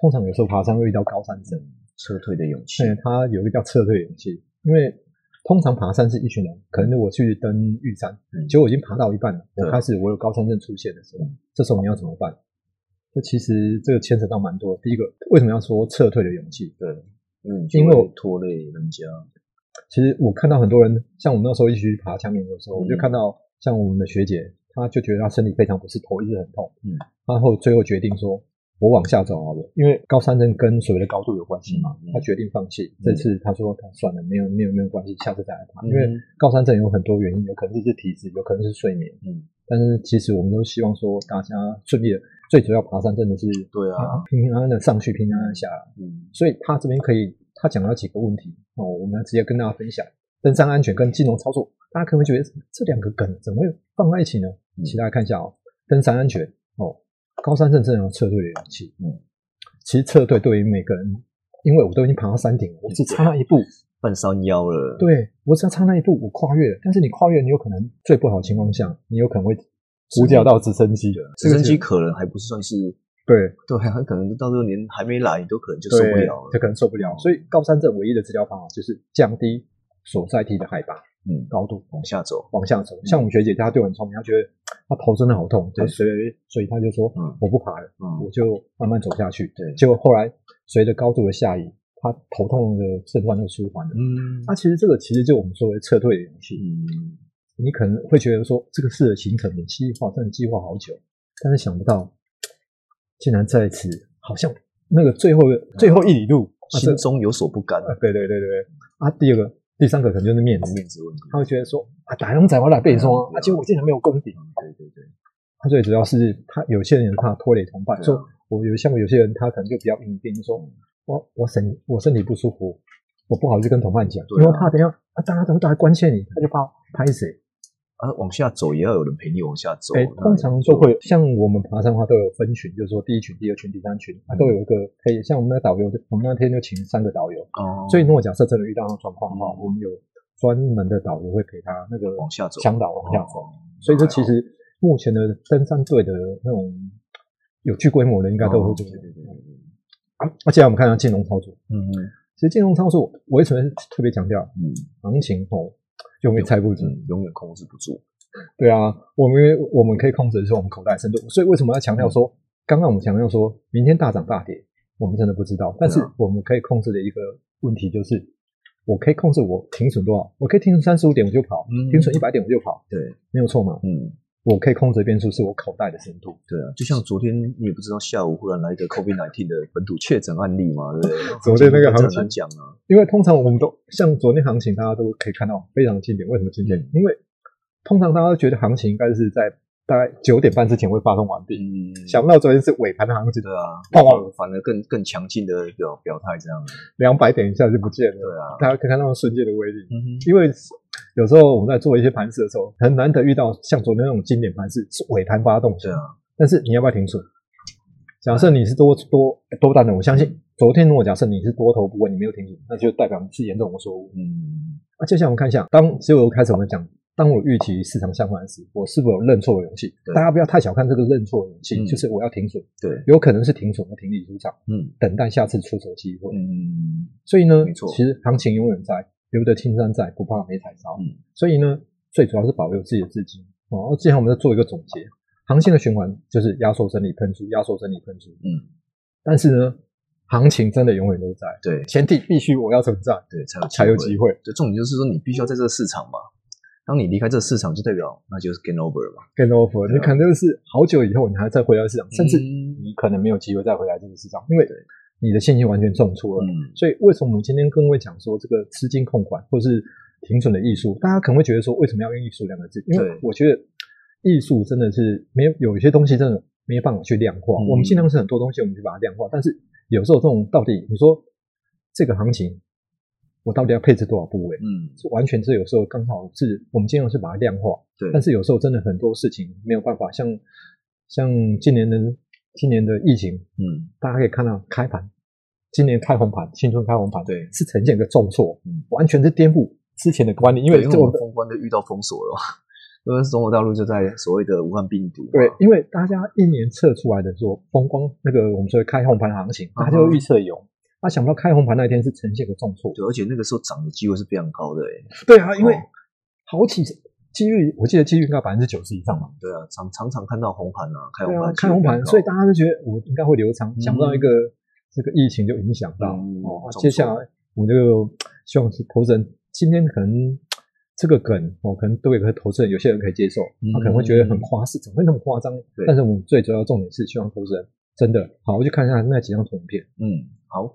Speaker 2: 通常有时候爬山会遇到高山症，
Speaker 1: 撤退的勇气
Speaker 2: 所，以哎它有一个叫撤退勇气，因为通常爬山是一群人，可能我去登玉山，
Speaker 1: 嗯
Speaker 2: 结果我已经爬到一半了，我
Speaker 1: 对
Speaker 2: 开始我有高山症出现的时候
Speaker 1: 嗯，
Speaker 2: 这时候你要怎么办？这其实这个牵扯到蛮多的。第一个，为什么要说撤退的勇气？
Speaker 1: 对，因为你就
Speaker 2: 因为
Speaker 1: 会
Speaker 2: 我
Speaker 1: 拖累人家，
Speaker 2: 其实我看到很多人，像我们那时候一起去爬墙面的时
Speaker 1: 嗯
Speaker 2: 候，我就看到像我们的学姐，她就觉得她身体非常不适，头一直很痛，
Speaker 1: 嗯，
Speaker 2: 然后最后决定说，我往下走好了，因为高山症跟所谓的高度有关系嘛
Speaker 1: 嗯嗯，
Speaker 2: 他决定放弃。
Speaker 1: 嗯
Speaker 2: 这次他说他算了，没有没有没有关系，下次再来爬。因为
Speaker 1: 嗯
Speaker 2: 高山症有很多原因，有可能是体质，有可能是睡眠，
Speaker 1: 嗯，
Speaker 2: 但是其实我们都希望说大家顺利的，最主要爬山真的是
Speaker 1: 对啊，
Speaker 2: 平平安安的上去，平平安安下来。
Speaker 1: 嗯
Speaker 2: 所以他这边可以，他讲了几个问题哦，我们要直接跟大家分享登山安全跟金融操作。大家可能会觉得这两个梗怎么会放在一起呢？
Speaker 1: 嗯
Speaker 2: 请大家看一下哦，登山安全哦，高山症症要撤退的勇气。
Speaker 1: 嗯，
Speaker 2: 其实撤退对于每个人，因为我都已经爬到山顶了，我只差那一步，
Speaker 1: 半山腰了，
Speaker 2: 对我只要差那一步，我跨越了。但是你跨越，你有可能最不好的情况下，你有可能会呼叫到直升机的，
Speaker 1: 直升
Speaker 2: 这
Speaker 1: 机
Speaker 2: 个是
Speaker 1: 可能还不是算是，
Speaker 2: 对
Speaker 1: 对，很可能到时候连还没来，你都可能就受
Speaker 2: 对
Speaker 1: 不了了嗯
Speaker 2: 就。可能受不了。所以高山症唯一的治疗方法就是降低所在地的海拔。
Speaker 1: 嗯，
Speaker 2: 高度
Speaker 1: 往下走，
Speaker 2: 往下走。像我们学姐，她就很聪明，她觉得她头真的好痛，
Speaker 1: 嗯对
Speaker 2: 她所以所以她就说
Speaker 1: 嗯，
Speaker 2: 我不爬了，
Speaker 1: 嗯
Speaker 2: 我就慢慢走下去。
Speaker 1: 对
Speaker 2: 结果后来随着高度的下移，她头痛的症状就舒缓了。
Speaker 1: 嗯
Speaker 2: 那、其实这个其实就我们说的撤退的勇气。
Speaker 1: 嗯，
Speaker 2: 你可能会觉得说这个事的行程你计划真的计划好久，但是想不到，竟然在此好像那个最后的最后一里路，啊这
Speaker 1: 心中有所不甘，
Speaker 2: 啊 对对对对对啊，第二个第三个可能就是面子。
Speaker 1: 面子问题。
Speaker 2: 他会觉得说啊，打龙仔我来背说
Speaker 1: 嗯
Speaker 2: 啊，结果我竟然没有功底。
Speaker 1: 嗯，对对对，
Speaker 2: 他最主要是他有些人怕拖累同伴，
Speaker 1: 对啊
Speaker 2: 说我有像有些人他可能就比较硬一点，就说我我身我身体不舒服，我不好意思跟同伴讲，
Speaker 1: 对啊
Speaker 2: 因为怕等一下啊大家怎么大家关切你，他就怕拍谁。
Speaker 1: 啊，往下走也要有人陪你往下走。
Speaker 2: 哎，
Speaker 1: 那
Speaker 2: 通常都会像我们爬山的话都有分群，就是说第一群、第二群、第三群，啊
Speaker 1: 嗯
Speaker 2: 都有一个可以像我们那导游，我们那天就请三个导游，
Speaker 1: 哦，
Speaker 2: 所以如果假设真的遇到那种状况的话，
Speaker 1: 嗯
Speaker 2: 我们有专门的导游会陪他那个
Speaker 1: 往下走
Speaker 2: 向导往下走。
Speaker 1: 哦
Speaker 2: 所以这其实目前的登山队的那种有具规模的，应该都会做
Speaker 1: 哦。对对对对对
Speaker 2: 啊而且我们看到金融操作，
Speaker 1: 嗯
Speaker 2: 其实金融操作，我为什么特别强调
Speaker 1: 嗯
Speaker 2: 行情哦，就没猜不准。
Speaker 1: 嗯，永远控制不住。
Speaker 2: 对啊，我们我们可以控制的是我们口袋的深度，所以为什么要强
Speaker 1: 嗯
Speaker 2: 调说，刚刚我们强调说明天大涨大跌，我们真的不知
Speaker 1: 啊
Speaker 2: 道，但是我们可以控制的一个问题就是。我可以控制我停损多少，我可以停损三十五点我就跑，
Speaker 1: 嗯
Speaker 2: 停损一百点我就跑，
Speaker 1: 对，
Speaker 2: 没有错嘛。
Speaker 1: 嗯，
Speaker 2: 我可以控制的变数是我口袋的深度，
Speaker 1: 对啊，就像昨天你也不知道下午忽然来一 个 COVID-19 的本土确诊案例嘛，对不对？
Speaker 2: 昨天那个行情
Speaker 1: 很难讲啊。
Speaker 2: 因为通常我们都像昨天行情，大家都可以看到非常经典。为什么经典？
Speaker 1: 嗯
Speaker 2: 因为通常大家都觉得行情应该是在大概九点半之前会发动完毕，
Speaker 1: 嗯，
Speaker 2: 想不到昨天是尾盘的行情，
Speaker 1: 对啊，
Speaker 2: 砰砰
Speaker 1: 反而更更强劲的表表态这样。
Speaker 2: 两百点一下就不见了，
Speaker 1: 对啊，
Speaker 2: 大家可以看到瞬间的威力。
Speaker 1: 嗯哼，
Speaker 2: 因为有时候我们在做一些盘势的时候，很难得遇到像昨天那种经典盘势是尾盘发动，
Speaker 1: 对啊，
Speaker 2: 但是你要不要停损？假设你是多多多单的，我相信昨天如果假设你是多头不稳，你没有停损，那就代表你是严重的错误。
Speaker 1: 嗯，
Speaker 2: 啊，接下来我们看一下，当所以我开始我们讲，当我预期市场相反时，我是否有认错的勇气？
Speaker 1: 对
Speaker 2: 大家不要太小看这个认错的勇气，
Speaker 1: 嗯
Speaker 2: 就是我要停损，
Speaker 1: 对，
Speaker 2: 有可能是停损和停利出场，
Speaker 1: 嗯
Speaker 2: 等待下次出手机会。
Speaker 1: 嗯，
Speaker 2: 所以呢，
Speaker 1: 没错
Speaker 2: 其实行情永远在，留得青山在，不怕没柴烧。
Speaker 1: 嗯
Speaker 2: 所以呢，最主要是保留自己的资金。哦，接下来我们再做一个总结，行情的循环就是压缩整理喷出，压缩整理喷出。
Speaker 1: 嗯，
Speaker 2: 但是呢，行情真的永远都在，
Speaker 1: 对
Speaker 2: 前提必须我要存在
Speaker 1: 对，才有
Speaker 2: 才有
Speaker 1: 会
Speaker 2: 机会。
Speaker 1: 对，重点就是说你必须要在这个市场嘛。当你离开这个市场，就代表那就是 game over 嘛。
Speaker 2: get over，
Speaker 1: 对
Speaker 2: 你
Speaker 1: 啊
Speaker 2: 可能就是好久以后你还再回到市场，甚至
Speaker 1: 嗯
Speaker 2: 你可能没有机会再回来这个市场，因为
Speaker 1: 对
Speaker 2: 你的信心完全重挫了。
Speaker 1: 嗯，
Speaker 2: 所以为什么我们今天跟各位讲说这个资金控管或是停损的艺术？大家可能会觉得说为什么要用艺术两个字？因为
Speaker 1: 对
Speaker 2: 我觉得艺术真的是没有有一些东西真的没办法去量化，
Speaker 1: 嗯
Speaker 2: 我们尽量是很多东西我们去把它量化，但是有时候这种到底你说这个行情我到底要配置多少部位？
Speaker 1: 嗯，
Speaker 2: 是完全是有时候刚好是我们尽量是把它量化，
Speaker 1: 对
Speaker 2: 但是有时候真的很多事情没有办法，像像今年的今年的疫情，
Speaker 1: 嗯，
Speaker 2: 大家可以看到开盘，今年开红盘，新春开红盘，
Speaker 1: 对
Speaker 2: 是呈现一个重挫，
Speaker 1: 嗯
Speaker 2: 完全是颠覆之前的观念，因
Speaker 1: 对
Speaker 2: 为
Speaker 1: 因
Speaker 2: 这
Speaker 1: 为我们
Speaker 2: 种
Speaker 1: 封关都遇到封锁了， 因为中国大陆就在所谓的武汉病毒嘛，
Speaker 2: 对，因为大家一年测出来的说风光那个我们说的开红盘行情，
Speaker 1: 嗯哼
Speaker 2: 大家就预测有。他、想不到开红盘那一天是呈现一个重挫，
Speaker 1: 对，而且那个时候涨的机会是非常高的，哎，
Speaker 2: 对啊，因为
Speaker 1: 哦
Speaker 2: 好几几率，我记得几率应该百分之九十以上吧，
Speaker 1: 对啊，常常常看到红盘啊，开红
Speaker 2: 对啊
Speaker 1: 盘，，
Speaker 2: 看红盘，所以大家都觉得我应该会留长，
Speaker 1: 嗯
Speaker 2: 想不到一个这个疫情就影响到。
Speaker 1: 嗯
Speaker 2: 哦
Speaker 1: 没，错
Speaker 2: 接下来我们就希望是投资人今天可能这个梗，哦，可能对个投资人有些人可以接受，他可能会觉得很夸饰，怎么会那么夸张
Speaker 1: 嗯对？
Speaker 2: 但是我们最主要重点是希望投资人真的好，我去看一下那几张图片。
Speaker 1: 嗯，好，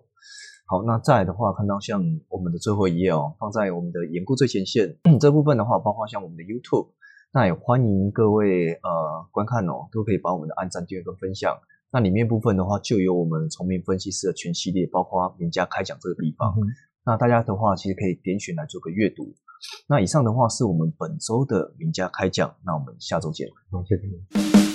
Speaker 1: 好，那再来的话，看到像我们的最后一页哦，放在我们的研顾最前线、嗯这部分的话，包括像我们的 YouTube，那也欢迎各位呃观看哦，都可以把我们的按赞、订阅跟分享。那里面部分的话，就有我们崇明分析师的全系列，包括名家开讲这个地方。
Speaker 2: 嗯
Speaker 1: 那大家的话，其实可以点选来做个阅读。那以上的话是我们本周的名家开讲，那我们下周见。
Speaker 2: 好，谢谢你。